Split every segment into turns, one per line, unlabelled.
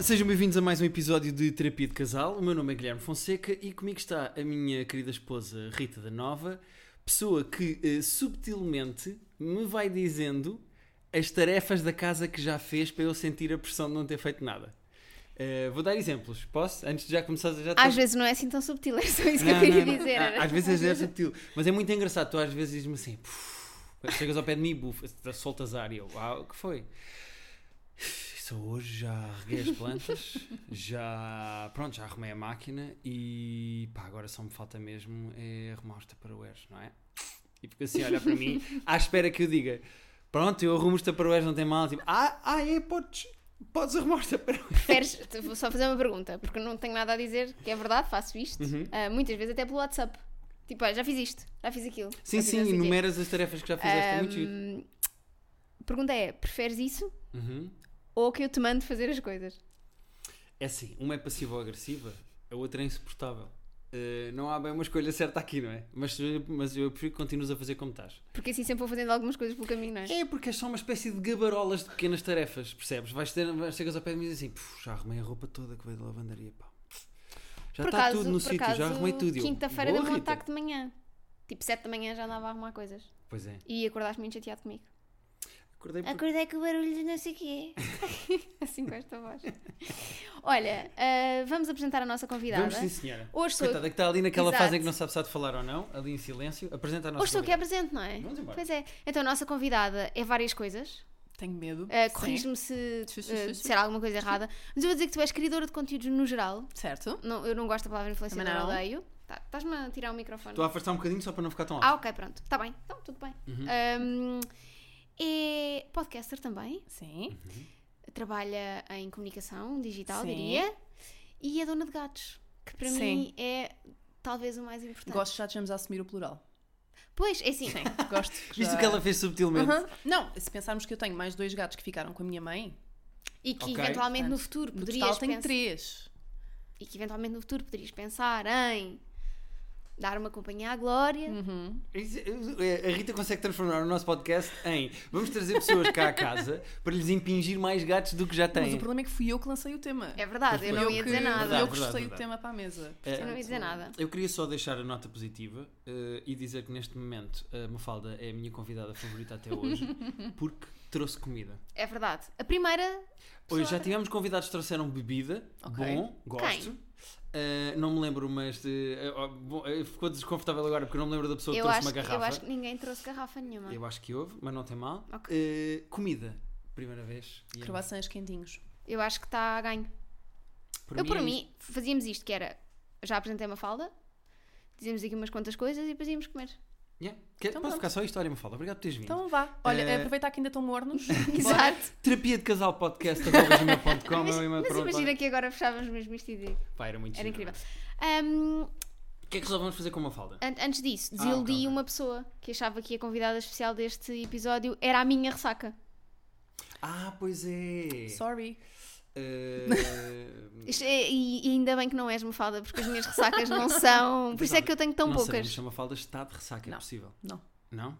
Sejam bem-vindos a mais um episódio de Terapia de Casal. O meu nome é Guilherme Fonseca e comigo está a minha querida esposa Rita da Nova, pessoa que eh, subtilmente me vai dizendo as tarefas da casa que já fez para eu sentir a pressão de não ter feito nada. Eh, vou dar exemplos, posso? Antes de já começar, já
Às vezes não é assim tão subtil, é só isso que eu
Não,
queria
não, não.
dizer.
Ah, Às vezes é subtil, mas é muito engraçado. Tu às vezes dizes-me assim, "Puf", quando chegas ao pé de mim, bufa, soltas ar e eu, ah, o que foi? Só hoje já reguei as plantas, já, pronto, já arrumei a máquina e pá, agora só me falta mesmo é arrumar os tupperwares, não é? E porque assim olha para mim, à espera que eu diga, pronto, eu arrumo os tupperwares, não tem mal, tipo, ah, ah é, podes, podes arrumar os tupperwares.
Preferes, te- vou só fazer uma pergunta, porque não tenho nada a dizer, que é verdade, faço isto.
Uhum.
Ah, muitas vezes até pelo WhatsApp. Tipo, olha, já fiz isto, já fiz aquilo.
Sim,
já fiz
sim,
não sei o quê.
enumeras as tarefas que já fizeste, é muito giro.
é. Ahm, Pergunta é: preferes isso
Uhum.
ou que eu te mando fazer as coisas?
É assim, uma é passiva ou agressiva, a outra é insuportável. Eh, não há bem uma escolha certa aqui, não é? Mas, mas eu prefiro que continues a fazer como estás.
Porque assim sempre vou fazendo algumas coisas pelo caminho, não é?
É porque é só uma espécie de gabarolas de pequenas tarefas, percebes? Vais ter, vais- chegas ao pé de mim e dizes assim: "Puf, já arrumei a roupa toda que veio da lavandaria, pá. Já
Por
está
acaso-
tá tudo no
por
sítio, já
acaso,
arrumei tudo. Eu,
Quinta-feira
"Boa,
deu um
Rita."
ataque de manhã. Tipo, 7 da manhã já andava a arrumar coisas.
Pois é.
E acordaste muito chateado comigo.
Acordei por...
Acordei com o barulho de não sei quê. assim com esta voz. Olha, ah, vamos apresentar a nossa convidada.
Vamos, sim, senhora.
né? Hoje sou,
Coitada, é que está ali naquela
Exato.
fase em que não sabe se há de falar ou não, ali em silêncio. Apresenta a nossa.
hoje sou que
convidada.
apresento, não é?
Vamos embora.
Pois é. Então a nossa convidada é várias coisas.
Tenho medo.
Ah,
Sim.
Corrige-me se
Sim, sim,
ah,
sim, sim.
disser alguma coisa errada. Mas eu vou dizer que tu és criadora de conteúdos no geral.
Certo?
Não, eu não gosto da palavra influenciador,
Também não.
odeio. Tá, Estás-me a tirar o microfone.
Estou a afastar um bocadinho só para não ficar tão alto.
Ah, ok, pronto. Está bem. Então, tudo bem. Ahm, é podcaster também.
Sim.
trabalha em comunicação digital,
Sim.
diria, e é dona de gatos, que para
Sim.
mim é talvez o mais importante.
Gosto já de estamos a assumir o plural.
Pois, é assim,
Sim, gosto. que
Visto
já-
o que ela fez subtilmente.
Aham. Não, se pensarmos que eu tenho mais dois gatos que ficaram com a minha mãe,
e que
Ok.
eventualmente no
Portanto,
futuro
no
poderias
total tenho
pensar,
três.
e que eventualmente no futuro poderias pensar em dar uma companhia à Glória.
Uhum.
Isso- é, A Rita consegue transformar o nosso podcast em vamos trazer pessoas cá à casa para lhes impingir mais gatos do que já
Mas o
têm.
problema é que fui eu que lancei o tema.
É verdade,
Mas
eu
Fui
não
eu
ia
que-
dizer
fui
nada.
Eu
Verdade,
que gostei
verdade,
o tema para a mesa.
É.
Eu não ia dizer nada.
Eu queria só deixar a nota positiva eh, e dizer que neste momento a Mafalda é a minha convidada favorita até hoje porque trouxe comida.
É verdade. A primeira,
Hoje já tivemos convidados que trouxeram bebida,
Ok.
bom, gosto. Eh, não me lembro, mas de- eh, oh, bom, eh, ficou desconfortável agora porque eu não me lembro da pessoa que
eu
trouxe
acho,
uma
que-
garrafa.
eu acho que ninguém trouxe garrafa nenhuma. Eu,
Eu acho que houve, mas não tem mal.
Ok.
Eh, comida, primeira vez. E é-
Croações quentinhos.
acho que está a ganho.
por
eu, por
é
mim, fazíamos isto, que era, já apresentei uma falda, dizíamos aqui umas quantas coisas e depois íamos comer.
Yeah. Quer,
Então
pode
pronto.
ficar só a história, me fala. Obrigado por teres vindo.
Então vá. Olha,
Eh,
aproveitar que ainda estão mornos. Bora.
Exato.
Terapia de casal podcast gmail.com
mas
é o e-mail
mas
para onde
imagina que agora fechávamos mesmo isto e dizia.
vai. Pá, era muito
Era
giro.
incrível. Ahm,
O que é que só vamos fazer com uma falda?
an- antes disso,
Ah, ok,
desiludi
ok.
uma pessoa que achava que a convidada especial deste episódio era a minha ressaca.
Ah, pois é.
Sorry.
Eh,
Isto é- E, e ainda bem que não és mofada, porque as minhas ressacas não são. Por isso é que eu tenho tão
não
poucas.
Sabemos, se uma falda está de ressaca, é
Não.
possível.
Não,
Não?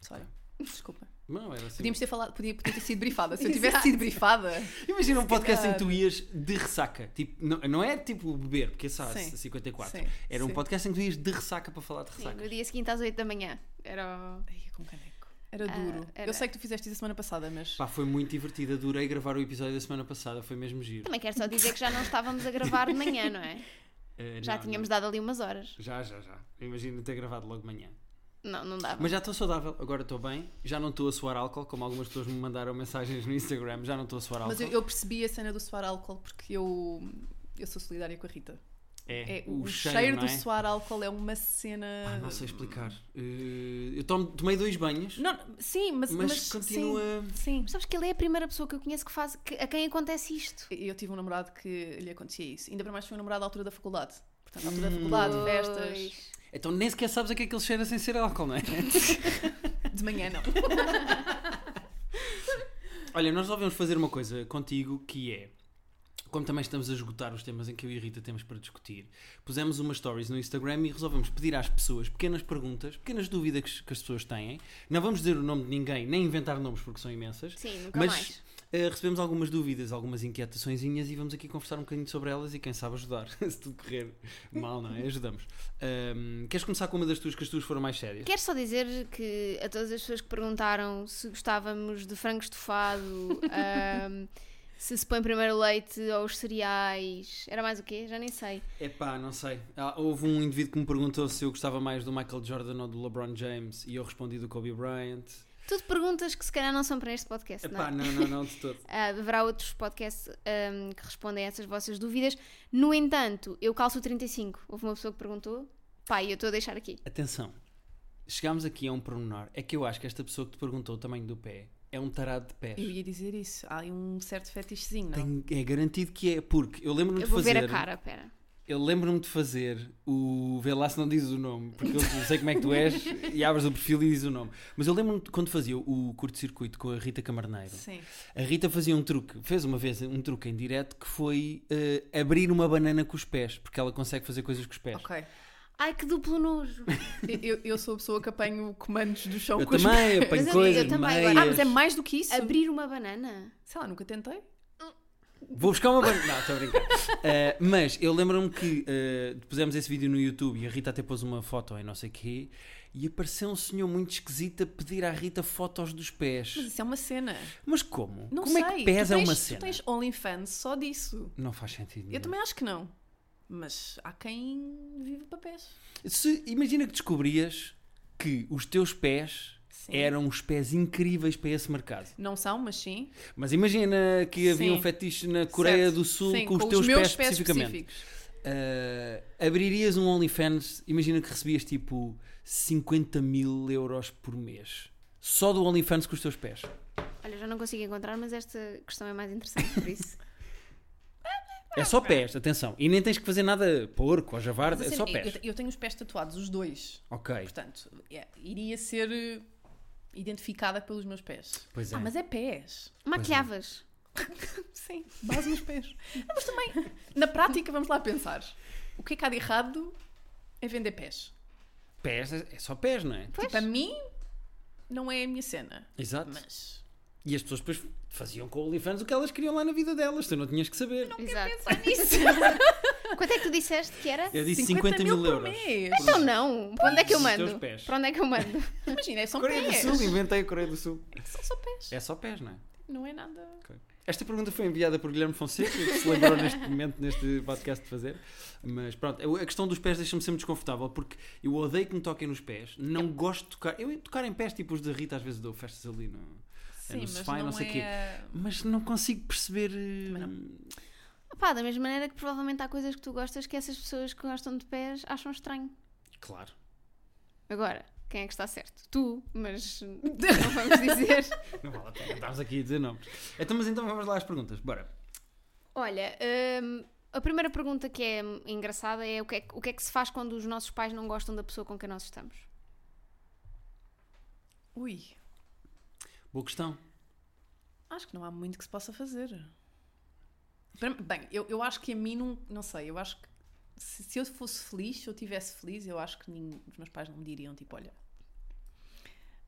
sorry. Desculpa.
Não, era assim.
Podíamos ter falado, podia, podia ter sido brifada. Se eu tivesse sido brifada.
Imagina um podcast em que
calhar.
tu ias de ressaca. Tipo, não, não é tipo beber, porque é só
Sim.
54.
Sim,
Era um
sim.
podcast em que tu ias de ressaca para falar de
Sim,
ressaca.
no dia seguinte às 8 da manhã. Era. o-
Ai, com caneco. Era
Ah,
duro.
era-
Eu sei que tu fizeste isso a semana passada, mas.
Pá, foi muito divertido. Adorei gravar o episódio da semana passada. Foi mesmo giro.
Também quero só dizer que já não estávamos a gravar de manhã, não é?
Eh,
Já
não,
tínhamos dado ali umas horas.
não. Já, já, já. Imagina ter gravado logo de manhã.
Não, não dava.
Mas já estou saudável, agora estou bem, já não estou a suar álcool, como algumas pessoas me mandaram mensagens no Instagram, já não estou a suar álcool.
Mas eu, eu percebi a cena do suar álcool porque eu, eu sou solidária com a Rita.
é,
É, o, cheiro,
não
do
é?
suar álcool é uma cena.
Pá, não sei explicar. Eh, eu tomo- tomei dois banhos,
Não, sim, mas,
mas,
mas
continua.
Sim, sim.
Mas sabes que ele é a primeira pessoa que eu conheço que faz, que- a quem acontece isto.
Eu tive um namorado que lhe acontecia isso. Ainda para mais foi um namorado à altura da faculdade. Portanto, à altura da faculdade,
Hum.
festas.
Pois.
Então nem sequer sabes a que é que ele cheira sem ser álcool, não é?
De manhã não.
Olha, nós só vamos fazer uma coisa contigo que é. Como também estamos a esgotar os temas em que eu e a Rita temos para discutir, pusemos umas stories no Instagram e resolvemos pedir às pessoas pequenas perguntas, pequenas dúvidas que as pessoas têm. Não vamos dizer o nome de ninguém, nem inventar nomes porque são imensas.
Sim, nunca
Mas
mais.
eh, recebemos algumas dúvidas, algumas inquietaçõezinhas e vamos aqui conversar um bocadinho sobre elas e quem sabe ajudar. Se tudo correr mal, não é? Ajudamos. Ahm, queres começar com uma das tuas, que as tuas foram mais sérias?
Quero só dizer que a todas as pessoas que perguntaram se gostávamos de frango estufado, ahm, se se põe primeiro o leite ou os cereais, era mais o quê? Já nem sei.
Epá, não sei. Ah, houve um indivíduo que me perguntou se eu gostava mais do Michael Jordan ou do LeBron James e eu respondi do Kobe Bryant.
Tudo perguntas que se calhar não são para este podcast, não é?
Epá, não, não, não, de todo.
Ah, haverá outros podcasts ahm, que respondem a essas vossas dúvidas. No entanto, eu calço 35. Houve uma pessoa que perguntou. Pai, eu estou a deixar aqui.
Atenção, chegámos aqui a um pormenor. É que eu acho que esta pessoa que te perguntou o tamanho do pé é um tarado de pés.
Eu ia dizer isso. Há aí um certo fetichezinho, não?
Tenho- é garantido que é, porque eu lembro-me de
Eu vou
fazer.
ver a cara, pera.
Eu lembro-me de fazer o. Vê lá se não dizes o nome, porque eu sei como é que tu és e abres o perfil e dizes o nome. Mas eu lembro-me de quando fazia o curto-circuito com a Rita Camarneiro.
Sim.
A Rita fazia um truque, fez uma vez um truque em direto que foi eh, abrir uma banana com os pés, porque ela consegue fazer coisas com os pés.
Ok.
Ai, que duplo nojo.
Eu, eu sou a pessoa que apanho comandos do chão
Eu
com os
também
pés.
apanho
Mas, amiga,
coisas,
eu também
meias.
agora-
Ah, mas é mais do que isso?
Abrir uma banana.
Sei lá, nunca tentei.
Vou buscar uma banana. Não, estou a brincar. Eh, mas eu lembro-me que eh, pusemos esse vídeo no YouTube e a Rita até pôs uma foto em não sei quê e apareceu um senhor muito esquisito a pedir à Rita fotos dos
Mas
pés.
isso é uma cena.
Mas como?
Não
como
sei.
é que pés
tu
é
tens,
uma
tu
cena? Hum.
tens OnlyFans só disso.
Não faz sentido nenhum.
Eu também acho que não. Mas há quem vive para pés.
Se, imagina que descobrias que os teus pés
Sim.
eram os pés incríveis para esse mercado.
Não são, mas sim.
Mas imagina que havia
Sim.
um fetiche na Coreia
Certo.
do Sul
Sim,
com os teus pés, especificamente.
específicos.
Ah, abririas um OnlyFans, imagina que recebias tipo 50 mil euros por mês. Só do OnlyFans com os teus pés.
Olha, já não consigo encontrar, mas esta questão é mais interessante, por isso.
É só pés, atenção. E nem tens que fazer nada porco ou javarde,
Mas
é
assim,
só
eu-
pés.
Eu, eu tenho os pés tatuados, os dois.
Ok.
Portanto, é, iria ser eh, identificada pelos meus pés.
Pois é.
Ah, mas é pés.
Maquilhavas.
Sim, base nos pés. Não, mas também, na prática, vamos lá pensar. O que é que há de errado em vender pés?
Pés é é só pés, não é?
Pois.
Para Tipo, mim, não é a minha cena.
Exato.
Mas
E as pessoas depois faziam com o OnlyFans o que elas queriam lá na vida delas, tu não tinhas que saber.
Exato. Quanto é que tu disseste que era?
Eu disse 50, mil,
por
euros.
mês.
Então não. Para onde é que eu
Os teus
mando?
pés.
Para onde é que eu mando?
Imagina, são
Coreia
pés.
do Sul, inventei a Coreia do Sul.
São só pés.
É só pés, não é?
Não é nada.
Esta pergunta foi enviada por Guilherme Fonseca, que se lembrou neste momento, neste podcast de fazer. Mas pronto, eu- a questão dos pés deixa-me sempre desconfortável, porque eu odeio que me toquem nos pés, não gosto de tocar. Eu tocar em pés, tipo os da Rita, às vezes dou festas ali no.
Sim,
É no
mas
sofá e
não,
não sei
é...
quê. Mas não consigo perceber.
Também não.
hum,
Pá, da mesma maneira que provavelmente há coisas que tu gostas que essas pessoas que gostam de pés acham estranho.
Claro.
Agora, quem é que está certo? Tu, mas não vamos dizer.
Não vale a pena estarmos aqui a dizer nomes. Então, mas então vamos lá às perguntas. Bora.
Olha, hum, a primeira pergunta que é engraçada é o que é, que- o que é que se faz quando os nossos pais não gostam da pessoa com quem nós estamos?
Ui,
Boa questão.
acho que não há muito que se possa fazer. Para- Bem, eu, eu acho que a mim não. Não sei, eu acho que. Se, se eu fosse feliz, se eu estivesse feliz, eu acho que nin- os meus pais não me diriam, tipo, olha.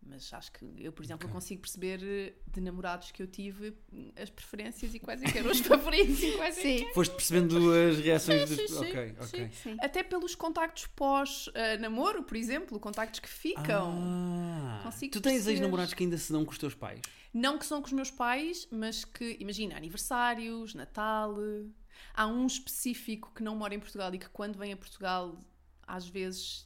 Mas acho que eu, por exemplo,
Ok.
consigo perceber eh, de namorados que eu tive as preferências e quais é que eram os favoritos e quais é que
Sim.
Foste percebendo as reações
Sim,
dos.
sim,
Ok,
sim,
ok.
Sim.
Até pelos contactos pós-namoro, por exemplo, contactos que ficam.
Ah,
Consigo
tu tens
perceber.
ex-namorados que ainda se dão com os teus pais?
Não que são com os meus pais, mas que, imagina, aniversários, Natal. Há um específico que não mora em Portugal e que quando vem a Portugal, às vezes,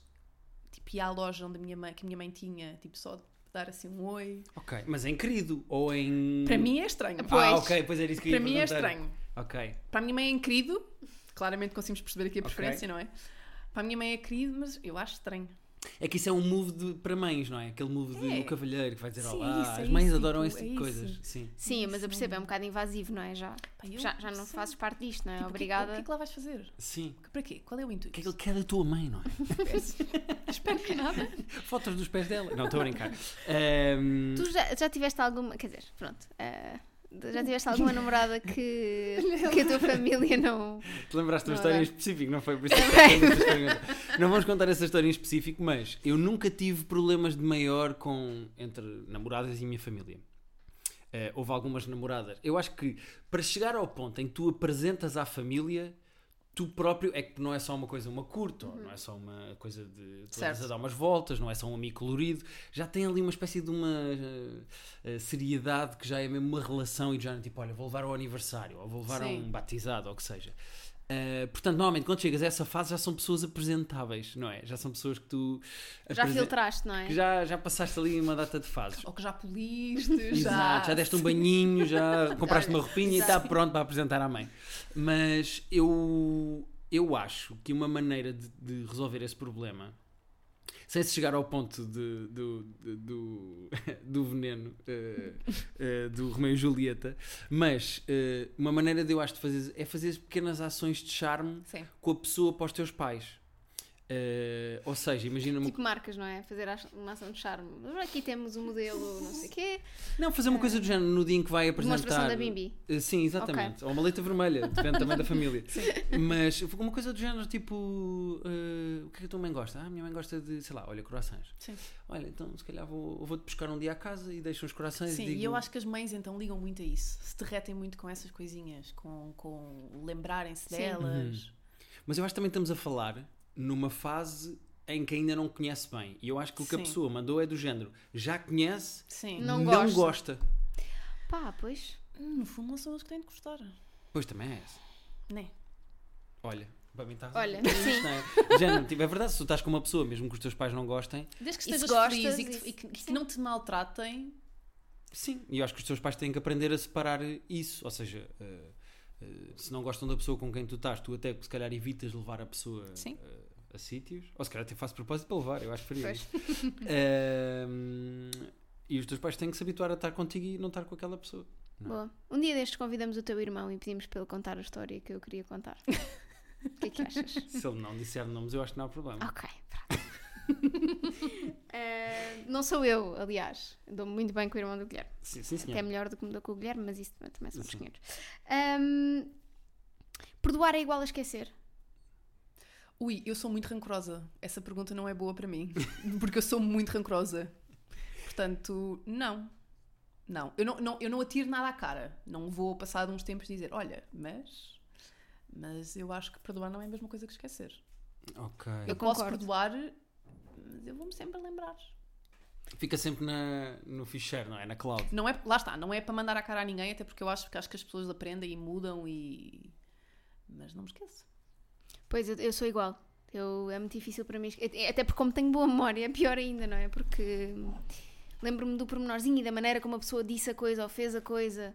tipo, ia à loja onde a minha mãe, que a minha mãe tinha, tipo, só dar assim um oi.
Ok, mas em querido ou em.
Para mim é estranho.
Pois.
Hum. Ah, ok, pois era isso que eu ia
Para mim é
perguntar.
estranho.
Ok.
Para a minha mãe é querido, claramente conseguimos perceber aqui a
Ok.
preferência, não é? Para a minha mãe é querido, mas eu acho estranho.
É que isso é um move de- para mães, não é? Aquele move de
É.
o cavalheiro que vai dizer
Sim,
olá.
isso, é
As mães
isso,
adoram
tipo,
esse tipo de
é
coisas.
isso.
Sim.
Sim, mas eu
Isso.
percebo, é um bocado invasivo, não é? Já,
Pá, eu
já, já não
sei.
fazes parte disto, não é?
Tipo, o que- O
Obrigada.
que é que lá vais fazer?
Sim.
Para quê? Qual é o
O que é
intuito?
que ele quer da tua mãe, não é?
Espero que nada.
Fotos dos pés dela. Não, estou a brincar. Ahm,
Tu já, já tiveste alguma. Quer dizer, pronto. eh, já tiveste alguma namorada que, que a tua família não.
Te lembraste de uma
Não,
história em
não.
específico, não foi por isso é que eu essa história. Não vamos contar essa história em específico, mas eu nunca tive problemas de maior com entre namoradas e minha família. eh, houve algumas namoradas. Eu acho que para chegar ao ponto em que tu apresentas à família, tu próprio, é que não é só uma coisa, uma curta, ou não é só uma coisa de tu andas
Certo.
a dar umas voltas, não é só um amigo colorido, já tem ali uma espécie de uma eh, eh, seriedade que já é mesmo uma relação e já não é tipo, olha, vou levar ao aniversário, ou vou levar a
Sim.
um batizado, ou o que seja. Eh, portanto, normalmente quando chegas a essa fase já são pessoas apresentáveis, não é? Já são pessoas que tu
Já
apresen-
filtraste, não é?
que já, já passaste ali uma data de fases.
Ou que já poliste, já.
Exato, já deste um banhinho, já compraste uma roupinha e está
Exato.
pronto para apresentar à mãe. Mas eu, eu acho que uma maneira de, de resolver esse problema, sem se chegar ao ponto de- do, de- do, do veneno eh, eh, do Romeu e Julieta, mas eh, uma maneira de eu acho de fazer é fazer pequenas ações de charme
Sim.
com a pessoa para os teus pais. Eh, ou seja, imagina uma
Tipo marcas, não é? Fazer as- uma ação de charme. Mas Aqui temos um modelo, não sei o quê.
Não, fazer uma coisa do género no dia em que vai apresentar.
Demonstração da Bimbi.
Eh, Sim, exatamente. Ou uma letra vermelha, depende também da família. Mas uma coisa do género tipo: eh, o que é que a tua mãe gosta? Ah, a minha mãe gosta de, sei lá, olha, corações.
Sim.
Olha, então se calhar vou, vou-te buscar um dia à casa e deixo uns corações
Sim,
e digo.
e eu acho que as mães então ligam muito a isso. Se derretem muito com essas coisinhas, com, com lembrarem-se
Sim.
delas.
Mas eu acho que também estamos a falar numa fase em que ainda não conhece bem. E eu acho que o que a
Sim.
pessoa mandou é do género: já conhece,
Sim.
Não
não
gosta.
gosta.
Pá, pois.
Hum, No fundo, não são eles que têm de gostar.
Pois também é essa.
Né?
Olha, para mim está
Olha,
Isto não é? Género, tipo, é verdade, se tu estás com uma pessoa, mesmo que os teus pais não gostem,
Desde que
E se
estejas
gostas,
feliz e que,
isso-
e que- e que
sim.
não te maltratem,
Sim, e eu acho que os teus pais têm que aprender a separar eh, isso. Ou seja, eh, eh, se não gostam da pessoa com quem tu estás, tu até se calhar evitas levar a pessoa
Sim.
eh, a sítios. Ou se calhar até faço propósito para levar, eu acho que faria
Pois.
isso. Ehm, e os teus pais têm que se habituar a estar contigo e não estar com aquela pessoa. Não.
Boa. Um dia destes convidamos o teu irmão e pedimos para ele contar a história que eu queria contar. O que é que achas?
Se ele não disser nomes, eu acho que não há problema.
Ok, pronto. Eh, não sou eu, aliás. Dou-me muito bem com o irmão do Guilherme.
Sim, sim
Até é
senhor.
melhor do que me dou com o Guilherme, mas isso também- também somos
Sim.
senhores. Ahm, perdoar é igual a esquecer.
ui, eu sou muito rancorosa. Essa pergunta não é boa para mim, porque eu sou muito rancorosa. Portanto, não. Não. Eu não, não, eu não atiro nada à cara. Não vou, passado uns tempos, dizer: olha, mas. Mas eu acho que perdoar não é a mesma coisa que esquecer.
Ok.
Eu,
Eu
posso
concordo.
perdoar, mas eu vou-me sempre lembrar.
Fica sempre na, no ficheiro, não é? Na cloud.
Não é, lá está, não é para mandar a cara a ninguém, até porque eu acho que acho que as pessoas aprendem e mudam e. Mas não me esqueço.
Pois, eu, eu sou igual. Eu, é muito difícil para mim. esque- Até porque, como tenho boa memória, é pior ainda, não é? Porque hum, lembro-me do pormenorzinho e da maneira como a pessoa disse a coisa ou fez a coisa.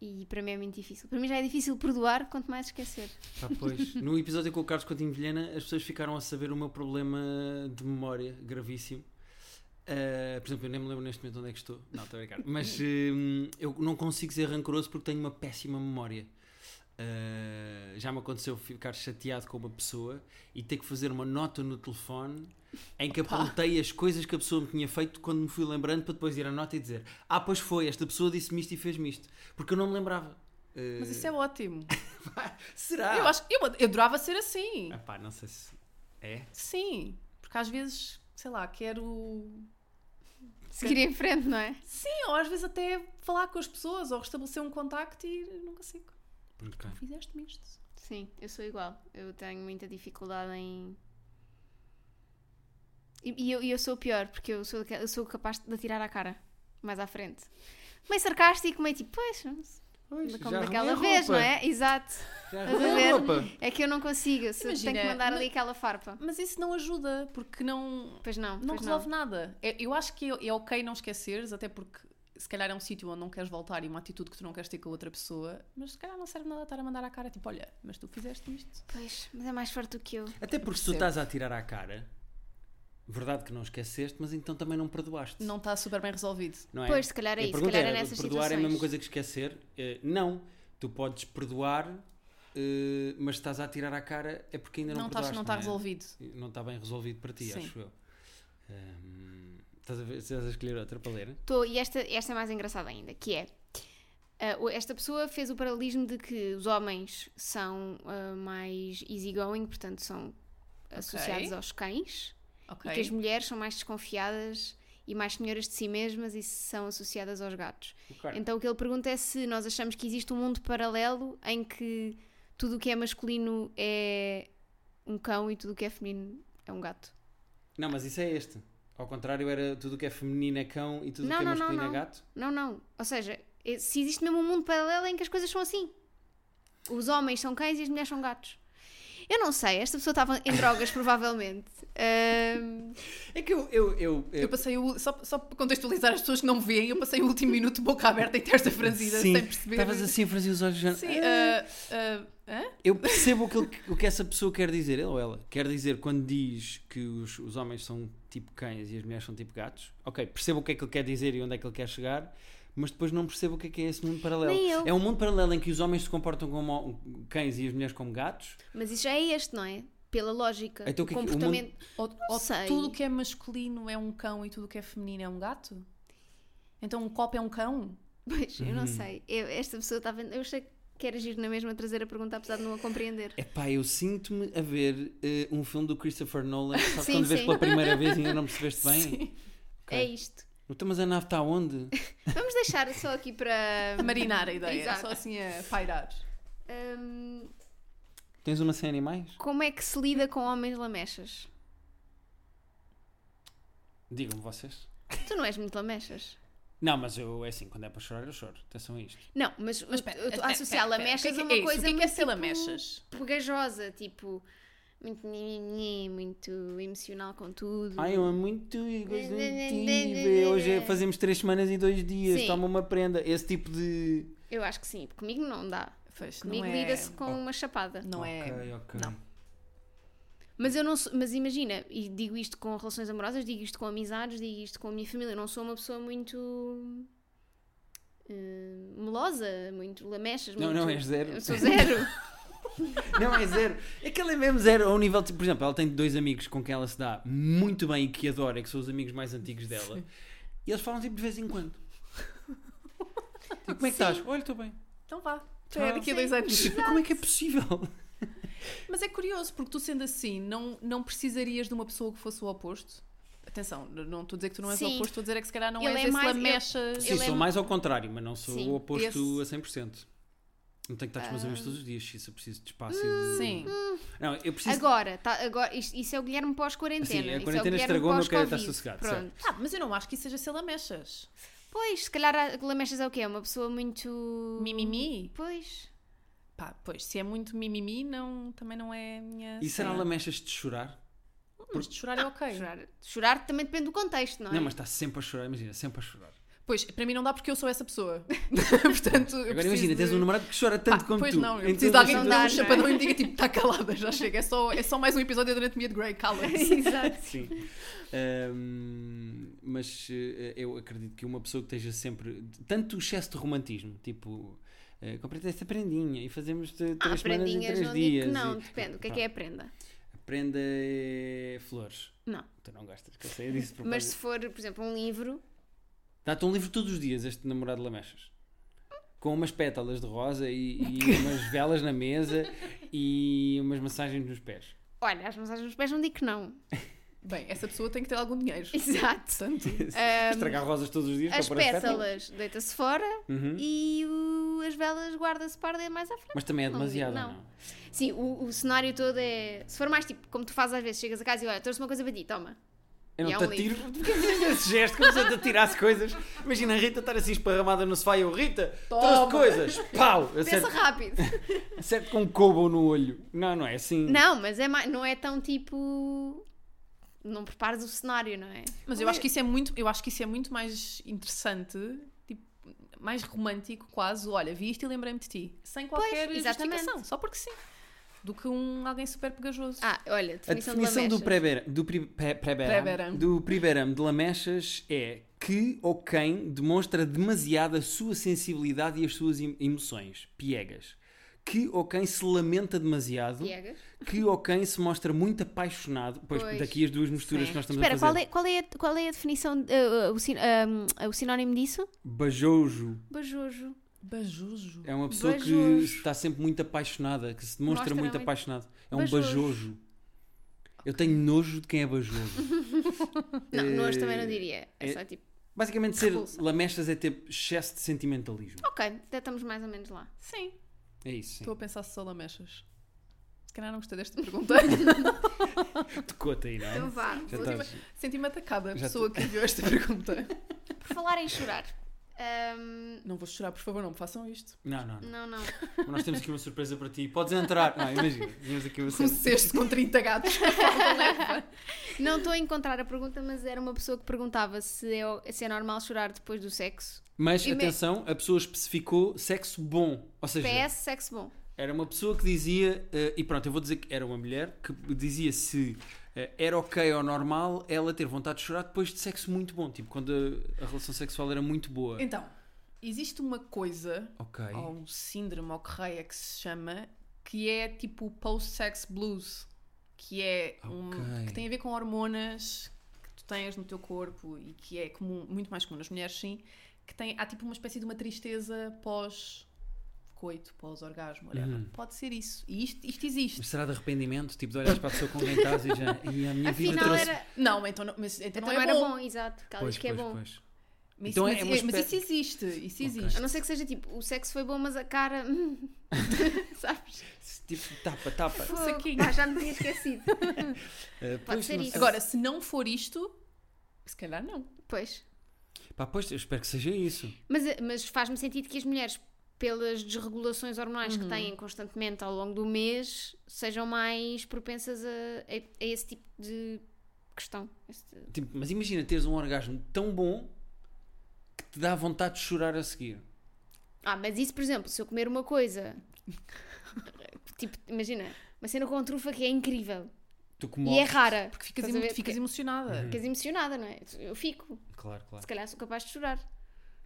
E para mim é muito difícil. Para mim já é difícil perdoar, quanto mais esquecer.
Pá, Ah, pois. No episódio com o Carlos Coutinho Vilhena, as pessoas ficaram a saber o meu problema de memória gravíssimo. Ah, por exemplo, eu nem me lembro neste momento onde é que estou. Não, estou a brincar. Mas hum, eu não consigo ser rancoroso porque tenho uma péssima memória. Ah, já me aconteceu ficar chateado com uma pessoa e ter que fazer uma nota no telefone em que apontei as coisas que a pessoa me tinha feito quando me fui lembrando para depois ir à nota e dizer Ah, pois foi, esta pessoa disse-me isto e fez-me isto. Porque eu não me lembrava. Ah,
Mas isso é ótimo.
Será?
Eu acho eu, eu adorava ser assim.
Ah pá, não sei se é.
Sim. Porque às vezes, sei lá, quero.
Seguir em frente, não é?
Sim, ou às vezes até falar com as pessoas ou restabelecer um contacto e não consigo.
Ok.
Fizeste-me isto.
Sim, eu sou igual. Eu tenho muita dificuldade em. E, e eu, e eu sou o pior, porque eu sou, daque- eu sou capaz de tirar à cara, mais à frente. Meio sarcástico, meio tipo, pois, não sei", como daquela vez, não é? Exato.
Já
Estás a
arrumei a
ver?
roupa.
É que eu não consigo, se
Imagina,
tenho que mandar
mas-
ali aquela farpa.
Mas isso não ajuda, porque não.
Pois não,
Não
pois
resolve nada. É- Eu acho que é é ok não esqueceres, até porque se calhar é um sítio onde não queres voltar e uma atitude que tu não queres ter com a outra pessoa, mas se calhar não serve nada estar a mandar à cara, tipo, olha, mas tu fizeste isto.
Pois, mas é mais forte do que eu.
Até porque se tu
Percebo.
estás a atirar à cara, verdade que não esqueceste, mas então também não perdoaste.
Não está super bem resolvido.
não é?
Pois, se calhar é
A
isso, se
pergunta
calhar é
era,
nessas
Perdoar é a
situações.
mesma coisa que esquecer? Eh, não. Tu podes perdoar, eh, mas estás a atirar à cara é porque ainda não,
Não, estás-
perdoaste.
não está
é?
resolvido.
Não está bem resolvido para ti,
Sim.
acho eu. Ahm, estás, a ver, estás a escolher outra para ler?
Tô, e esta, esta é mais engraçada ainda, que é ah, o- esta pessoa fez o paralelismo de que os homens são ah, mais easygoing, portanto são associados aos cães,
Ok.
e que as mulheres são mais desconfiadas e mais senhoras de si mesmas e se são associadas aos gatos.
Ok.
Então o que ele pergunta é se nós achamos que existe um mundo paralelo em que tudo o que é masculino é um cão e tudo o que é feminino é um gato.
Não, mas isso é este. Ao contrário, era tudo o que é feminino é cão e tudo o
Não,
que é
não, não,
masculino
não.
é gato.
Não, não. Ou seja, é- se existe mesmo um mundo paralelo em que as coisas são assim. Os homens são cães e as mulheres são gatos. Eu não sei, esta pessoa estava em drogas, provavelmente. Ahm,
É que eu. eu, eu, eu-
Eu passei o, só, só para contextualizar as pessoas que não me veem, eu passei o último minuto de boca aberta e terça franzida
Sim,
sem perceber.
Estavas assim a franzir os olhos. já-
Sim, ah, ah, hã?
Eu percebo o que, ele- o que essa pessoa quer dizer, ele ou ela. Quer dizer, quando diz que os, os homens são tipo cães e as mulheres são tipo gatos, ok, percebo o que é que ele quer dizer e onde é que ele quer chegar, mas depois não percebo o que é que é esse mundo paralelo.
Nem eu.
É um mundo paralelo em que os homens se comportam como ho- cães e as mulheres como gatos.
mas isso já é este, não é? Pela lógica.
Então o
o
que é que- o mundo-
comportamento.
Ou, ou
sei.
tudo que é masculino é um cão e tudo que é feminino é um gato? Então um copo é um cão?
Pois, eu
Uhum.
não sei. Eu- esta pessoa estava. Eu achei que era giro na mesma trazer a pergunta, apesar de não a compreender.
Epá, eu sinto-me a ver eh, um filme do Christopher Nolan, sabes
Sim,
quando vês
sim.
pela primeira vez e ainda não percebeste bem?
Sim.
Ok.
É isto.
Então, mas a nave está onde?
Vamos deixar só aqui para.
A marinar a ideia,
Exato.
só assim a pairar.
Hum,
Tens uma sem animais?
como é que se lida com homens lamechas?
Digam-me vocês.
Tu não és muito lamechas.
Não, mas eu é assim, quando é para chorar, eu choro. Atenção a isto.
Não, mas, mas
Espera,
eu estou
espera,
a associar
espera,
lamechas
espera. O que
a
é
uma
que é isso?
coisa
O que é que é
muito
ser
tipo,
lamechas?
pegajosa, tipo. Muito, nhe-nhe-nhe, muito emocional com tudo.
Ai, Ah, eu amo muito incrível. Hoje é- fazemos três semanas e dois dias.
Sim.
Toma uma prenda. Esse tipo de.
Eu acho que sim, comigo não dá.
Pois,
Comigo
não é...
lida-se com
Oh.
uma chapada.
Não é...
Ok, ok.
Não.
Mas eu não sou, mas imagina, e digo isto com relações amorosas, digo isto com amizades, digo isto com a minha família, eu não sou uma pessoa muito eh, melosa, muito lamechas,
Não,
muito-
não, és zero.
Eu sou zero.
Não, é zero. É que ela é mesmo zero. Ao nível de, por exemplo, ela tem dois amigos com quem ela se dá muito bem e que adora, que são os amigos mais antigos dela. E eles falam tipo de vez em quando. Tipo, como é que estás? Olha, estou bem.
Então vá. Até daqui a dois
Sim.
anos.
Tipo, como é que é possível?
Mas é curioso, porque tu sendo assim, não, não precisarias de uma pessoa que fosse o oposto? Atenção, n- não estou a dizer que tu não és o
Sim.
oposto, estou a dizer é que se calhar não
Ele
és
é
esse
mais-
lamecha.
Sim,
Eu
sou
lembro-
mais ao contrário, mas não sou
Sim, Ah.
o oposto
esse-
a 100%. Não tenho que estar com os meus amigos todos os dias, se eu preciso de espaço
é-
e de...
Sim.
Não, eu preciso
Hum, agora, tá- agora isto- isso é o Guilherme pós-quarentena.
Sim, a
isso
quarentena
é o Guilherme
estragou-me, eu quero estar
pós-Covid.
sossegado,
Pronto.
Ah, mas eu não acho que isso seja ser lamechas.
Pois, se calhar a lamechas é o quê? É Uma pessoa muito.
Mimimi.
Pois.
Pá, pois, se é muito mimimi, não, também não é a minha.
E será
cena.
lamechas de chorar?
Mas de chorar é ok.
Ah, Chorar, chorar também depende do contexto, não é?
Não, mas está sempre a chorar, imagina, sempre a chorar.
Pois, para mim não dá porque eu sou essa pessoa. Portanto, eu
Agora
preciso
imagina, tens
de-
um namorado que chora tanto
Pá,
como
pois
tu. Então,
não, eu
Em
preciso de
todas
alguém
as
que me dá um
situações.
chapadão e me diga tipo, está calada, já chega, é só, é só mais um episódio da Anatomia de Grey, cala-se.
Exato.
Sim. Ahm, mas eh, eu acredito que uma pessoa que esteja sempre. Tanto o excesso de romantismo, tipo. eh, comprei-te esta prendinha e fazemos te-
Ah,
três semanas em
prendinhas,
três
não digo
dias.
que não,
e-
depende. O que é
Pá,
que é a prenda?
A prenda é flores.
Não.
Tu não gastas, que eu sei disso. de
Mas se
propósito.
for, por exemplo, um livro,
Dá-te um livro todos os dias, este namorado de lamechas. Com umas pétalas de rosa e, e umas velas na mesa e umas massagens nos pés.
olha, as massagens nos pés não digo que não.
Bem, essa pessoa tem que ter algum dinheiro.
Exato.
Portanto,
Estragar rosas todos os dias
As
para pôr as
pétalas deita-se fora
Uhum.
e o- as velas guarda-se para mais à frente.
Mas também é
Não
demasiado,
digo,
não?
não. Sim, o, o cenário todo é. Se for mais tipo, como tu fazes às vezes, chegas a casa e olha, trouxe uma coisa para ti, toma.
Eu
E
não
é
te
um
atiro. Porque fazes esse gesto, como se eu te atirasse coisas. Imagina a Rita estar assim esparramada no sofá e eu, Rita,
Toma.
trouxe coisas. Pau!
Pensa
Acerto,
rápido.
acerto com um cobo no olho. Não, não é assim.
não, mas é mais, não é tão tipo. Não prepares o cenário, não é?
Mas eu acho que isso é muito, eu acho que isso é muito mais interessante, tipo, mais romântico quase. Olha, vi isto e lembrei-me de ti, sem qualquer
exatamente.
justificação, só porque sim. Do que um alguém super pegajoso.
Ah, olha,
A
definição,
definição
de
do
lamechas.
pré-beram do pri- pré- pré-beram-
Pré-beram.
do pré-beram de lamechas é que ou quem demonstra demasiada sua sensibilidade e as suas em- emoções, piegas. Que ou quem se lamenta demasiado,
Piegas.
que ou quem se mostra muito apaixonado. Pois,
Pois.
daqui as duas misturas
Sim.
que nós estamos
Espera,
a fazer.
qual é, qual, é, a- qual é a definição, eh, o, sin- ah, o sinónimo disso?
Bajojo
Bajojo.
Bajojo.
é uma pessoa que
Bajojo.
está sempre muito apaixonada, que se demonstra
Mostra
muito
muito.
apaixonado. É um
Bajojo.
bajojo. Eu tenho nojo de quem é bajojo.
Não,
Eh,
Amores também não diria. É,
é-
só tipo,
Basicamente, ser
Repulsa.
lamestas é ter excesso de sentimentalismo.
ok, até estamos mais ou menos lá.
Sim.
É isso. sim.
Estou a pensar se sou lamechas. Se calhar não gostei desta pergunta.
Tocou-te aí, não
Então
é?
vá.
Já
vou-
estás.
Senti-me atacada a
Já
pessoa que enviou esta pergunta.
Por falar em chorar. hum,
Não vou chorar, por favor, não me façam isto.
Não, não, não.
não, não.
Nós temos aqui uma surpresa para ti. Podes entrar. Não, imagina. Temos aqui uma
Um
surpresa.
cesto com 30 gatos.
Não estou a encontrar a pergunta, mas era uma pessoa que perguntava se é, se é normal chorar depois do sexo.
Mas
E me-
atenção, a pessoa especificou sexo bom. Ou seja,
PS, sexo bom.
era uma pessoa que dizia, eh, e pronto, eu vou dizer que era uma mulher, que dizia se eh, era ok ou normal ela ter vontade de chorar depois de sexo muito bom. Tipo, quando a, a relação sexual era muito boa.
Então, existe uma coisa,
Ok.
ou um síndrome, ou que raio é que se chama, que é tipo o post-sex blues. Que é um-
Ok.
que tem a ver com hormonas que tu tens no teu corpo e que é comum, muito mais comum nas mulheres, sim. Que tem, há tipo uma espécie de uma tristeza pós-coito, pós-orgasmo, whatever.
Uhum.
Pode ser isso. E isto, isto existe.
Mas será de arrependimento? Tipo, de olhas para a pessoa com quem estás e já. E a minha vida
Afinal
trouxe.
era.
Não, então não, mas, então
Então
não é
era
bom.
bom, exato. Que ela diz que é bom.
pois.
Mas,
Então
mas-
é uma
mas
espécie-
isso existe, isso
Ok.
existe.
A não ser que seja tipo, o sexo foi bom, mas a cara. hum, Sabes?
Tipo, tapa, tapa.
Fogo,
saquinho.
pá, já me tinha esquecido.
Eh, pois,
ser
não
isso.
sei.
Agora, se não for isto, se calhar não.
Pois.
Pá, pois, eu espero que seja isso.
Mas, eh, mas faz-me sentido que as mulheres, pelas desregulações hormonais que têm constantemente ao longo do mês, sejam mais propensas a, a- a esse tipo de questão. Esse-
Tipo, mas imagina teres um orgasmo tão bom que te dá vontade de chorar a seguir.
Ah, mas isso, por exemplo, se eu comer uma coisa. tipo, imagina, uma cena com trufa que é incrível
Tu como
e é rara.
Porque ficas,
Estás a
emo-
ver?
ficas
Porque-
Uhum.
emocionada.
Ficas emocionada, não é? Eu fico.
Claro, claro.
Se calhar sou capaz de chorar.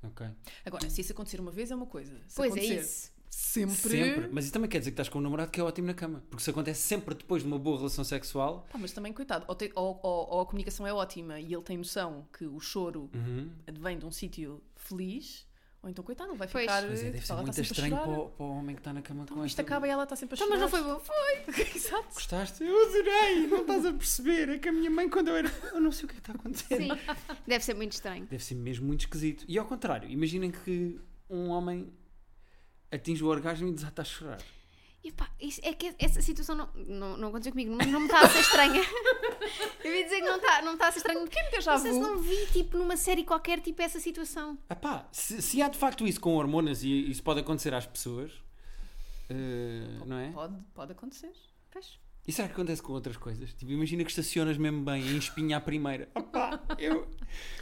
Ok.
Agora, se isso acontecer uma vez é uma coisa. Se
pois
acontecer
é isso.
Sempre.
Sempre. Mas isso também quer dizer que estás com um namorado que é ótimo na cama. Porque se acontece sempre depois de uma boa relação sexual.
Pá, mas também, coitado, ou, te- ou- ou- ou a comunicação é ótima e ele tem noção que o choro
Uhum.
advém de um sítio feliz, ou então, coitado, ele vai
Pois.
ficar.
Mas é, deve ser
ela
muito
está tá sempre a
estranho
chorar.
para o, para o homem que está na cama
Então,
com
isto
esta.
acaba e ela está sempre a
Então,
chorar.
mas não foi bom. Foi. é
Exato.
Gostaste? Eu adorei! Não estás a perceber. É que a minha mãe, quando eu era. Eu não sei o que é que está acontecendo.
Sim. Deve ser muito estranho.
Deve ser mesmo muito esquisito. E ao contrário, imaginem que um homem atinge o orgasmo e desata a chorar.
E pá, isso- é que essa situação não, não, não aconteceu comigo, mas não me está a ser estranha. Eu ia dizer que não está não me está a ser estranho.
Quem me déjà
Não sei se
vu?
não vi, tipo, numa série qualquer, tipo, essa situação.
Ah pá, se, se há de facto isso com hormonas e isso pode acontecer às pessoas, eh, não é?
Pode, pode acontecer. Pois.
E será que acontece com outras coisas? Tipo, imagina que estacionas mesmo bem em espinha à primeira. Ah pá, eu.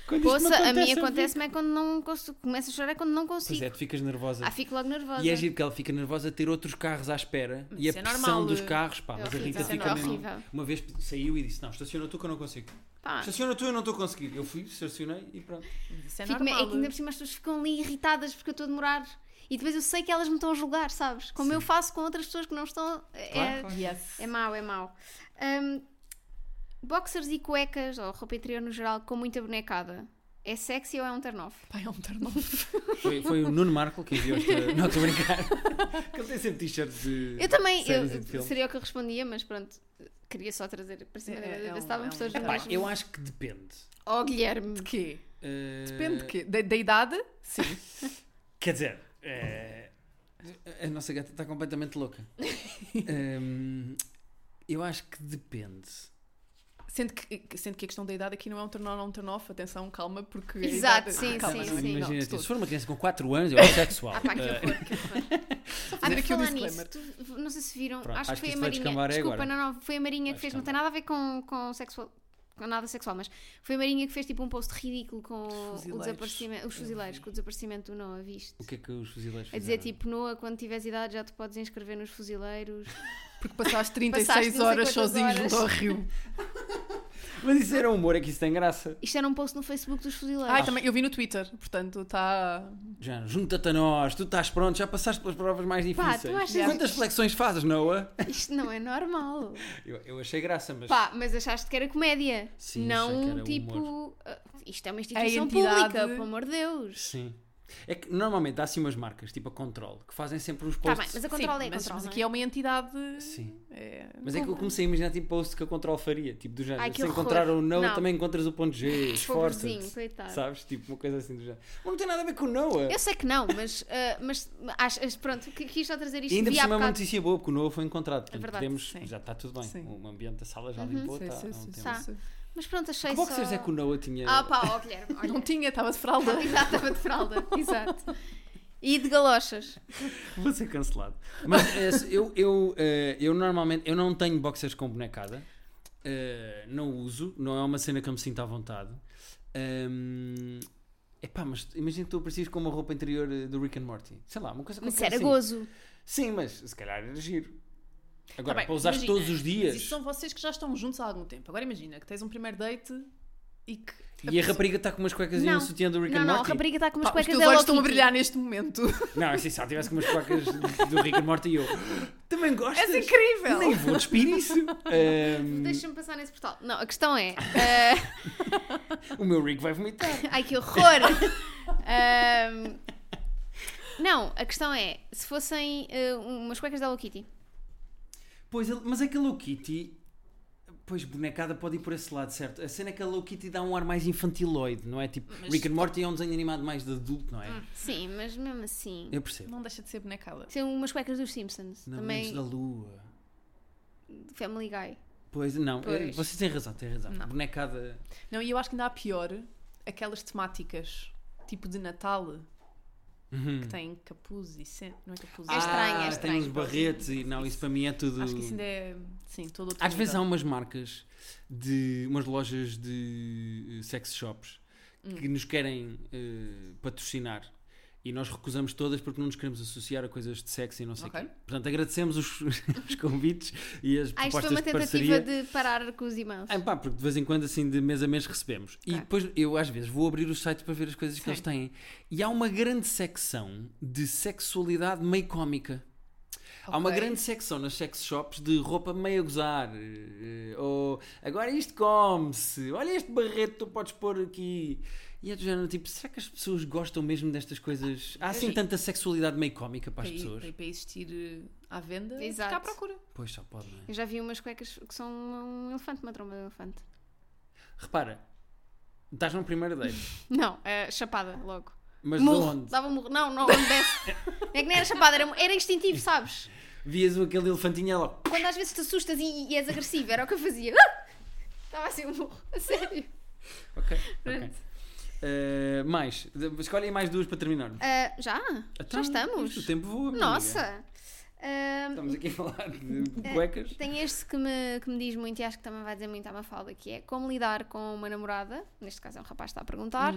Quando isto me
Poça, a mim
eu fico-
acontece-me é quando não consigo. Começo a chorar é quando não
Pois
consigo.
é, tu ficas nervosa.
Ah, fico logo nervosa.
E é giro que ela fica nervosa de ter outros carros à espera
Hum,
Mas
e a
isso é
pressão
normal,
dos
eh,
carros, pá.
é
mas
horrível,
a Rita
isso é
fica
normal.
mesmo.
Horrível.
Uma vez saiu e disse: Não, estaciona tu que eu não consigo.
Pá.
Estaciona tu, eu não estou a conseguir. Eu fui, estacionei e pronto.
Mas isso é
Fico-
normal.
é que ainda por cima as pessoas ficam ali irritadas porque eu estou a demorar. E depois eu sei que elas me estão a julgar, sabes? Como eu faço com outras pessoas que não estão. É,
Claro, claro.
Yes.
é mau, é mau. Hum, boxers e cuecas, ou roupa interior no geral, com muita bonecada. É sexy ou é um turn-off?
Pá, é um turn off.
Foi, foi o Nuno Marco que enviou esta. Não estou a brincar. Que ele tem sempre t-shirts de.
Eu também,
séries
eu-
e de filmes.
seria o que eu respondia, mas pronto, queria só trazer para cima
É,
da
é
mesa,
um-
ver se estavam
é um
pessoas do
turn-off.
Pá,
mesmo.
eu acho que depende.
Oh, Guilherme,
De quê?
Eh,
Depende de quê? Da, da idade? Sim.
Quer dizer, eh, a nossa gata está completamente louca. Ehm, eu acho que depende.
Sendo que, que- sendo que a questão da idade aqui não é um turn on, é um turn off, atenção, calma, porque. a
Exato,
idade-
sim,
calma,
sim,
não é?
sim.
Não,
Imagina, tipo,
de todo.
se for uma criança com 4 anos, eu acho sexual.
Ah, pá, que
Eh,
horror, que horror. Ah,
fazer
por
aqui o
falar
disclaimer.
nisso, tu- não sei se viram,
Pronto,
acho,
acho que isto
que foi a
vai
Marinha.
descambar é
Desculpa,
agora.
não, não, foi a Marinha
Vai
que fez, não tem nada a ver com, com sexual, com nada sexual, mas foi a Marinha que fez tipo um post ridículo com o
fuzileiros. Uhum.
desaparecimento, os
Eu
fuzileiros,
vi.
com o desaparecimento do Noah, viste?
o que é que os fuzileiros
A
fizeram?
dizer tipo, Noah, quando tiveres idade já te podes inscrever nos fuzileiros.
Porque passaste
Passaste não
36
sei
horas
quantas
sozinho
horas.
junto ao rio.
Mas isso era humor, é que isso tem graça.
Isto era um post no Facebook dos fuzileiros.
Ai, também, eu vi no Twitter, portanto tá- está.
Já, junta-te a nós, tu estás pronto, já passaste pelas provas mais difíceis.
tu achas-
Quantas flexões fazes, Noah?
Isto não é normal.
Eu, eu achei graça, mas.
Pá, mas achaste que era comédia.
Sim, achei
não
que era
tipo.
humor.
ah, Isto é uma instituição
entidade-
pública, pelo amor de Deus.
Sim. É que normalmente há assim umas marcas, tipo a Control, que fazem sempre uns
Tá
posts.
bem, mas a
Sim,
controle é
mas,
controle.
mas
não
aqui é uma entidade.
Sim.
É,
Mas é que eu comecei a imaginar tipo posts que a Control faria, tipo do género.
Ai, que
Se
horror.
encontrar o no,
Não.
também encontras o ponto G,
Pobrezinho,
esforça-te.
coitado.
Sabes? Tipo uma coisa assim do género. Mas não tem nada a ver com o Noah.
Eu sei que não, mas, ah, mas acho- acho- pronto, que- quis só trazer isto.
E ainda por
Vi há
cima é uma
bocado. É
notícia boa, porque o Noah foi encontrado. Portanto,
verdade, Uhum.
podemos-
sim.
Já está tudo bem.
Sim.
O ambiente da sala já limpou.
sim,
está,
sim,
não
sim,
temos-
Tá.
sim.
Mas pronto, achei
Que
Tá, só...
boxers é que o Noah tinha.
Ah pá, ó Guilherme, olha.
Não tinha, estava de fralda.
Exato, estava de fralda, exato. E de galochas.
Vou ser cancelado. Mas é, se- eu, eu, eh, eu normalmente eu não tenho boxers com bonecada. Eh, não uso, não é uma cena que eu me sinto à vontade. Ahm, epá, mas imagina que tu apareces com uma roupa interior eh, do Rick and Morty. Sei lá, uma coisa
Mas
qualquer
era
assim.
gozo.
Sim, mas se calhar era giro.
Tá
Agora,
bem,
para usar
imagina,
todos os dias.
Mas isso são vocês que já estão juntos há algum tempo. Agora imagina que tens um primeiro date e que.
E a rapariga está com umas cuecas e
Não.
um sutiã do Rick
Não,
and
não, a
Morty.
rapariga está com umas
Pá,
cuecas
os teus
da
olhos
Hello
estão a
Kitty.
brilhar neste momento.
Não, assim, se ela tivesse com umas cuecas do Rick and Morty e eu.
É
Também gostas?
És incrível!
Nem vou despir isso. Ahm,
Deixa-me passar nesse portal. Não, a questão é. ah,
Ehm, o meu Rick vai vomitar.
Ai, que horror! Ahm, não, a questão é, se fossem eh, umas cuecas da Hello Kitty.
Pois, ele- mas é que a Low Kitty. Pois, bonecada pode ir por esse lado, certo? A cena é que a Low Kitty dá um ar mais infantiloide, não é? Tipo,
Mas- Hum.
Rick and Morty é um desenho animado mais de adulto, não é?
Sim, mas mesmo assim.
Eu percebo.
Não deixa de ser bonecada.
São umas cuecas dos Simpsons.
Não,
também
da lua.
Family Guy.
Pois, não.
Pois.
eh, Vocês têm razão, têm razão.
Não.
Bonecada.
Não, e eu acho que ainda há pior aquelas temáticas tipo de Natal
Uhum.
que têm capuz e cen... não é capuz.
É
é-
estranho, é
ah,
estranho.
Tem uns barretes e não, isso para mim é tudo.
Acho que isso ainda é. Sim, todo outro
Às vezes há
nível.
umas marcas de umas lojas de eh, sex shops
Hum.
que nos querem eh, patrocinar e nós recusamos todas porque não nos queremos associar a coisas de sexo e não sei o
Ok.
quê. Portanto, agradecemos os, os convites e as
Ah, isto foi
propostas
uma
de
tentativa
parceria.
de parar com os irmãos.
Ah, pá, porque de vez em quando, assim, de mês a mês recebemos. E
Ok.
depois eu, às vezes, vou abrir os sites para ver as coisas que
Sim.
eles têm. E há uma grande secção de sexualidade meio cómica. Há uma
Ok.
grande secção nas sex shops de roupa meio a gozar. eh, Ou agora isto come-se, olha este barreto que tu podes pôr aqui. E é do género tipo, será que as pessoas gostam mesmo destas coisas? Há assim
Sim.
tanta sexualidade meio cómica para
para,
as
É i-
pessoas?
para, para existir eh, à venda,
Exato.
fica à procura.
Pois só pode, não é?
Eu já vi umas cuecas que são um elefante, uma tromba de elefante.
Repara, estás num primeiro date,
Não, é chapada, logo.
mas de
murro,
onde?
dava um murro. Não, não, onde desce. É que nem era chapada, era, era instintivo, sabes?
Vias aquele elefantinho é e ela.
Quando às vezes te assustas e, e és agressivo, era o que eu fazia. Ah! Estava assim um murro, a sério.
Ok, ok. Eh, mais, De- escolhem mais duas para terminar.
Ah, já?
Então,
já
isto, O
estamos?
tempo voa. minha amiga.
Nossa! Ah,
Estamos aqui a falar de cuecas.
Tem este que me, que me diz muito e acho que também vai dizer muito à Mafalda, que é como lidar com uma namorada, neste caso é um rapaz que está a perguntar,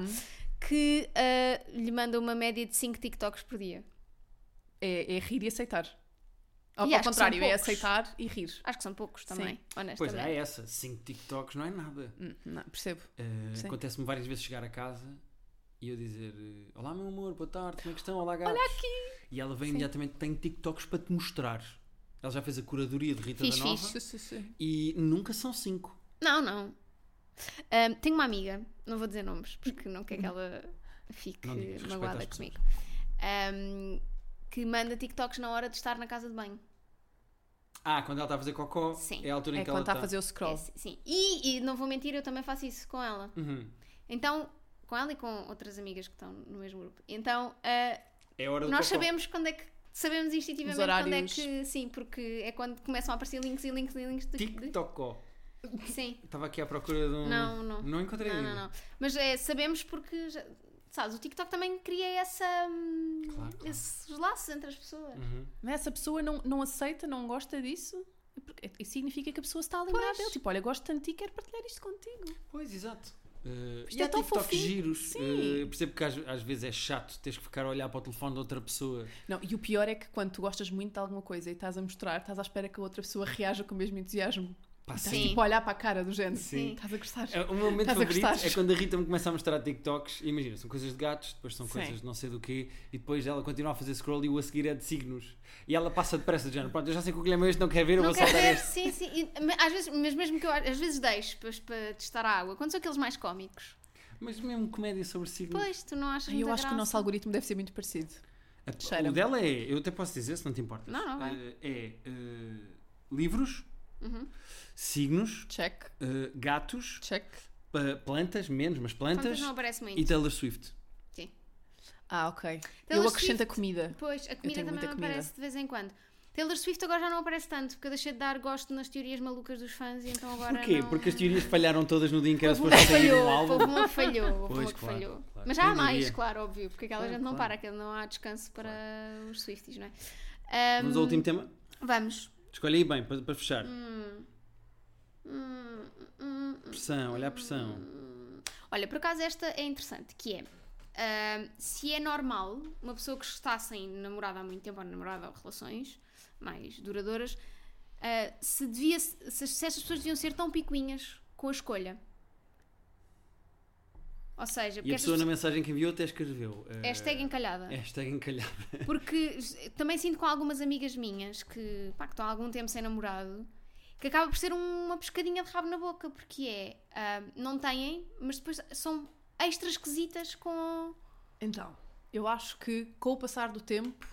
que ah, lhe manda uma média de 5 TikToks por dia.
É, é rir e aceitar. Ao,
E
ao
acho que
contrário,
são
é
poucos.
aceitar e rir.
Acho que são poucos também, honestamente.
Pois é, é essa. 5 TikToks não é nada.
Hum, Não, percebo.
Eh,
Sim.
Acontece-me várias vezes chegar a casa e eu dizer eh, Olá, meu amor, boa tarde, como é que estão? Olá, gatos. Olha aqui. E ela vem imediatamente, tem TikToks para te mostrar. Ela já fez a curadoria de Rita
Fixe,
da Nova
fixe.
Sim, sim, sim.
e nunca são 5.
Não, não. Ahm, tenho uma amiga, não vou dizer nomes, porque não quero que ela fique
Uhum. Não digas, respeita
magoada
as pessoas.
comigo. Ahm, que manda TikToks na hora de estar na casa de banho.
Ah, quando ela está a fazer cocó,
Sim.
é a altura em
É
que
quando
ela
está a fazer o scroll.
É, sim. E, e não vou mentir, eu também faço isso com ela.
Uhum.
Então, com ela e com outras amigas que estão no mesmo grupo. Então, ah,
É a hora do
nós
cocó.
sabemos quando é que. Sabemos instintivamente
Os horários.
quando é que. Sim, porque é quando começam a aparecer links e links e links. De, de-
TikTokó.
Sim.
Estava aqui à procura de um.
Não, não.
Não encontrei
Não,
ainda.
não, não. Mas é, sabemos porque. já- sabes, o TikTok também cria essa. hum,
Claro, claro.
esses laços entre as pessoas.
Uhum.
Mas essa pessoa não, não aceita, não gosta disso. é porque- é- Isso significa que a pessoa está a lembrar
Pois.
dele. Tipo, olha, gosto tanto de ti, quero partilhar isto contigo.
Pois, exato. Eh,
Isto
e
é
há
tão
TikToks
fofinho.
giros.
Sim.
Eh, eu percebo que às, às vezes é chato teres que ficar a olhar para o telefone de outra pessoa.
Não, e o pior é que quando tu gostas muito de alguma coisa e estás a mostrar, estás à espera que a outra pessoa reaja com o mesmo entusiasmo.
Pá,
Estás
Sim.
tipo a olhar para a cara do género.
Sim.
Estás a gostar.
É, O meu momento
Estás a
favorito
gostar?
é quando a Rita me começa a mostrar TikToks. Imagina, são coisas de gatos, depois são
Sim.
coisas de não sei do quê, e depois ela continua a fazer scroll e o a seguir é de signos. E ela passa depressa de género. Pronto, eu já sei que o Guilherme é este não quer ver, eu vou
Não quero
saltar
ver,
este.
sim, sim. E, mas às vezes, mas mesmo que eu às vezes deixo para, para testar a água, quando são aqueles mais cómicos,
Mas mesmo comédia sobre signos.
Pois, tu não achas
Ai, eu
muita
acho que o
graça.
nosso algoritmo deve ser muito parecido.
A-
cheira-me.
o dela é, eu até posso dizer, se não te importas.
Não, não, vai.
Eh, é eh, livros,
Uhum.
signos,
Check,
eh, gatos,
check.
pa- plantas, menos, mas plantas,
Fantas não aparece
e
muito.
Taylor Swift.
Ah, ok.
Taylor
eu acrescento
Swift.
a comida.
Pois, a comida
tenho
também
muita
me
comida.
aparece de vez em quando. Taylor Swift agora já não aparece tanto, porque eu deixei de dar gosto nas teorias malucas dos fãs e então agora.
Porquê?
Não...
Porque as teorias falharam todas no dia em que era
Houve uma
suposto
que
sair um
falhou, houve
álbum.
uma que falhou, houve
Pois,
uma que
claro,
falhou.
claro.
Mas já há
Quem
mais,
diria?
claro, óbvio, porque aquela
Claro,
gente não
claro.
para, aquilo não há descanso para os Swifties, não é?
Vamos ao último tema?
Ahm, Vamos.
Escolhe aí bem, para, para fechar.
Hum, hum,
Pressão, olha a pressão.
hum. Olha, por acaso esta é interessante, que é ahm, se é normal uma pessoa que está sem namorada há muito tempo, ou namorada ou relações mais duradouras, ah, se, devia, se, se estas pessoas deviam ser tão picuinhas com a escolha. Ou seja,
E
porque
a pessoa
estas
na mensagem que enviou até escreveu. eh,
Hashtag encalhada.
Hashtag encalhada.
Porque também sinto com algumas amigas minhas que, pá, que estão há algum tempo sem namorado que acaba por ser uma pescadinha de rabo na boca, porque é, ah, não têm, mas depois são extra esquisitas com.
Então, eu acho que com o passar do tempo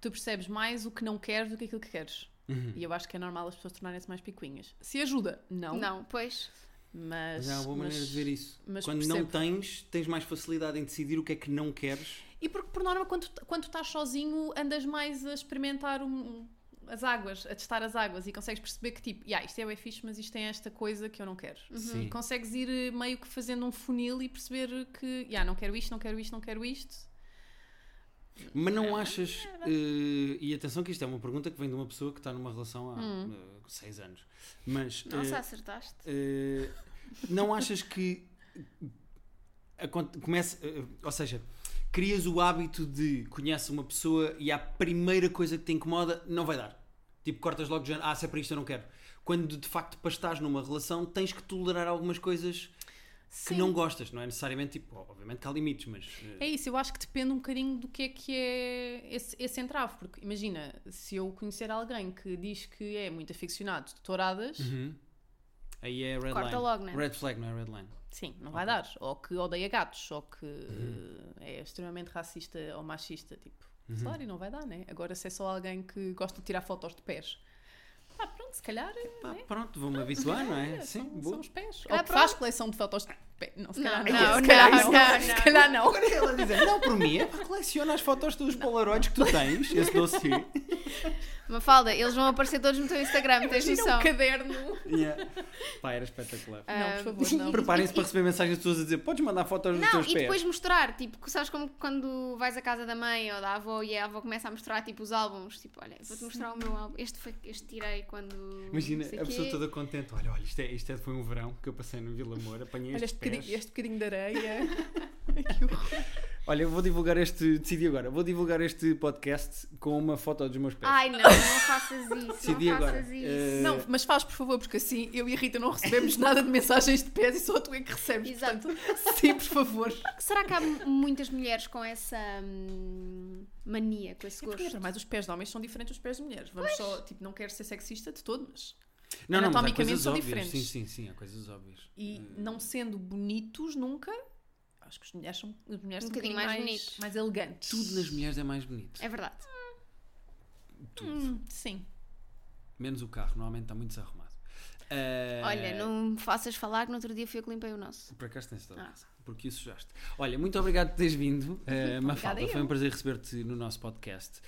tu percebes mais o que não queres do que aquilo que queres.
Uhum.
E eu acho que é normal as pessoas tornarem-se mais picuinhas. Se ajuda, não.
Não, pois.
Mas,
Mas há é uma boa maneira
mas-
de ver isso.
mas
Quando não
percebo.
tens, tens mais facilidade em decidir o que é que não queres.
E porque, por norma, quando, tu- quando tu estás sozinho, andas mais a experimentar um- as águas, a testar as águas e consegues perceber que, tipo, yeah, isto é bem fixe, mas isto tem esta coisa que eu não quero.
Sim.
E consegues ir eh, meio que fazendo um funil e perceber que, yeah, não quero isto, não quero isto, não quero isto.
Mas não
Ah, é
achas. eh, e atenção, que isto é uma pergunta que vem de uma pessoa que está numa relação há 6 anos. Mas.
Hum. Nossa,
eh,
acertaste.
eh, não achas que. aconte- Comece, eh, ou seja, crias o hábito de conheces uma pessoa e a primeira coisa que te incomoda não vai dar. Tipo, cortas logo de género, ah, se é para isto eu não quero. Quando de facto para estás numa relação, tens que tolerar algumas coisas que
Sim.
não gostas, não é necessariamente tipo, obviamente que há limites, mas eh,
É isso, eu acho que depende um bocadinho do que é que é esse, esse entrave, porque imagina, se eu conhecer alguém que diz que é muito aficionado de touradas,
Uhum. aí é red
Corta
line.
logo, né?
Red flag, não é red line.
sim, não vai dar. Ou que odeia gatos, ou que
Uhum.
eh, é extremamente racista ou machista, tipo, claro, e não vai dar, né? Agora, se é só alguém que gosta de tirar fotos de pés, ah, pronto, se calhar.
Pá,
é?
pronto, vou-me habituar, não é? Sim,
são,
boa.
são os pés.
calhar
ou que faz coleção de fotos de pés. Não, se calhar
Não,
não.
não,
se calhar
não, não,
Se
não.
calhar não.
Agora ela dizer, não, por mim, é pá, coleciona as fotos dos polaroids que tu tens, esse dossiê.
Mafalda, eles vão aparecer todos no teu Instagram, tens
Imagina
noção.
um caderno.
Yeah. Pá, era espetacular.
Ah,
Não, por favor, não.
Preparem-se para receber mensagens de pessoas a dizer, podes mandar fotos dos
Não,
teus
e
pés.
depois mostrar, tipo, que sabes como quando vais à casa da mãe ou da avó e a avó começa a mostrar, tipo, os álbuns, tipo, olha, vou-te mostrar o meu álbum, este, foi, este tirei quando...
Imagina
não sei
a pessoa
quê.
toda contente, olha, olha, isto, é, isto é- foi um verão que eu passei no Vila Moura, apanhei
Olha
estes
este bocadinho,
pés.
este bocadinho de areia.
Olha, eu vou divulgar este, decidi agora, vou divulgar este podcast com uma foto dos meus pés.
Ai não, não faças isso,
Decidi
não
agora.
faças isso.
Eh,
Não, mas faz por favor, porque assim eu e a Rita não recebemos nada de mensagens de pés e Tipo, só tu é que
Eh,
recebes.
Exato.
Portanto, sim, por favor.
Será que há mu- muitas mulheres com essa hum, mania, com
É
esse gosto?
Mas os pés de homens são diferentes dos pés de mulheres. Vamos só, tipo, não quero ser sexista de todo, mas.
Não, não, mas há
Anatomicamente
coisas
são
óbvias.
diferentes.
Sim, sim, sim, há coisas óbvias.
E não sendo bonitos nunca, acho que as mulheres são, as mulheres
Um
são
bocadinho mais bonitos.
mais elegantes.
Tudo nas mulheres é mais bonito.
É um- verdade.
Tudo.
Hum, sim.
Menos o carro, normalmente está muito desarrumado. Eh,
Olha, não me faças falar que no outro dia fui eu que limpei o nosso.
Por acaso tens toda a
Ah.
razão, porque isso sujaste. Olha, muito obrigado por teres vindo, eh, Mafalda.
eu.
Foi um prazer receber-te no nosso podcast.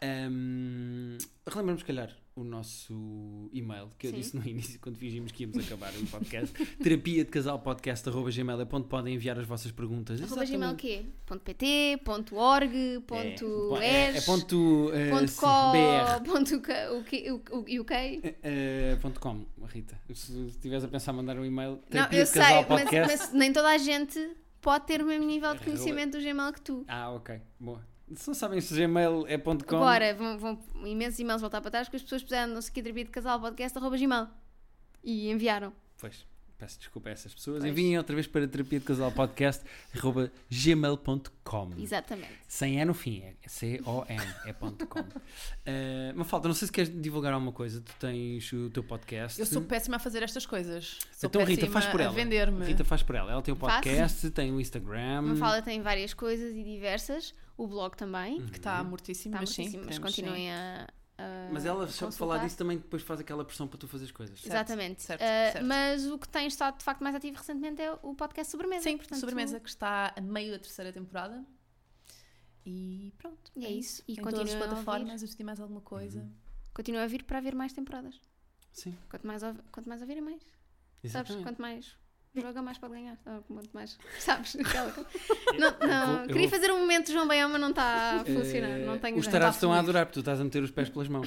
Ahm, relembramos, se calhar, o nosso e-mail que eu
Sim.
disse no início, quando fingimos que íamos acabar o podcast: terapia de casal podcast.gmail. Podem enviar as vossas perguntas.
Arroba
Exatamente.
gmail quê? Ponto .pt, ponto .org, ponto
é, é, é
.es,
ponto, eh,
ponto
sim,
.com,
BR.
ponto ca- o quê- o- o- UK.
Eh, ponto .com, Rita. Se estiveres a pensar em mandar um e-mail,
Não,
terapia
eu
de
sei,
casal
mas,
podcast. É,
mas nem toda a gente pode ter o mesmo nível de conhecimento do Gmail que tu.
Ah, ok. Boa. Se não sabem se gmail é ponto .com,
Agora vão, vão imensos e-mails voltar para trás porque as pessoas puseram não sei que terapia de casal podcast arroba gmail e enviaram.
pois, Peço desculpa a essas pessoas.
Pois.
Enviem outra vez para terapia de casal podcast arroba gmail.com.
Exatamente.
Sem é no fim, é C-O-N, é ponto com. Eh, Mafalda, não sei se queres divulgar alguma coisa. Tu tens o teu podcast.
Eu sou péssima a fazer estas coisas. Sou
Então, Rita,
péssima
faz por
a
ela.
vender-me.
Rita faz por ela. Ela tem o
Faço.
podcast, tem o Instagram.
Uma fala tem várias coisas e diversas. O blog
Hum.
também.
Que está mortíssimo,
Está
mas sim.
muitíssimo, mas
podemos, sim.
continuem a, a
Mas ela, só por falar
consultar.
disso, também depois faz aquela pressão para tu fazer as coisas.
Certo,
Exatamente.
certo,
Ah,
certo.
Mas o que tem estado de facto mais ativo recentemente é o podcast Sobremesa.
Sim,
portanto,
sobremesa que está a meio da terceira temporada. E pronto.
E é isso. E
em todas as
continuem a
plataformas, eu mais alguma coisa.
Continua a vir para haver mais temporadas.
Sim,
Quanto mais, ouvi- quanto mais ouvir, é mais. Sabes?
exatamente.
Quanto mais joga, mais pode ganhar. Ou quanto mais. Sabes? Aquela coisa. não,
Eu
não.
vou- eu
Queria
vou-
fazer um momento de João Baião, mas não está a funcionar.
Eh,
não tenho
Os
grana.
tarados
Tá
estão a
feliz.
adorar porque tu estás a meter os pés pelas mãos.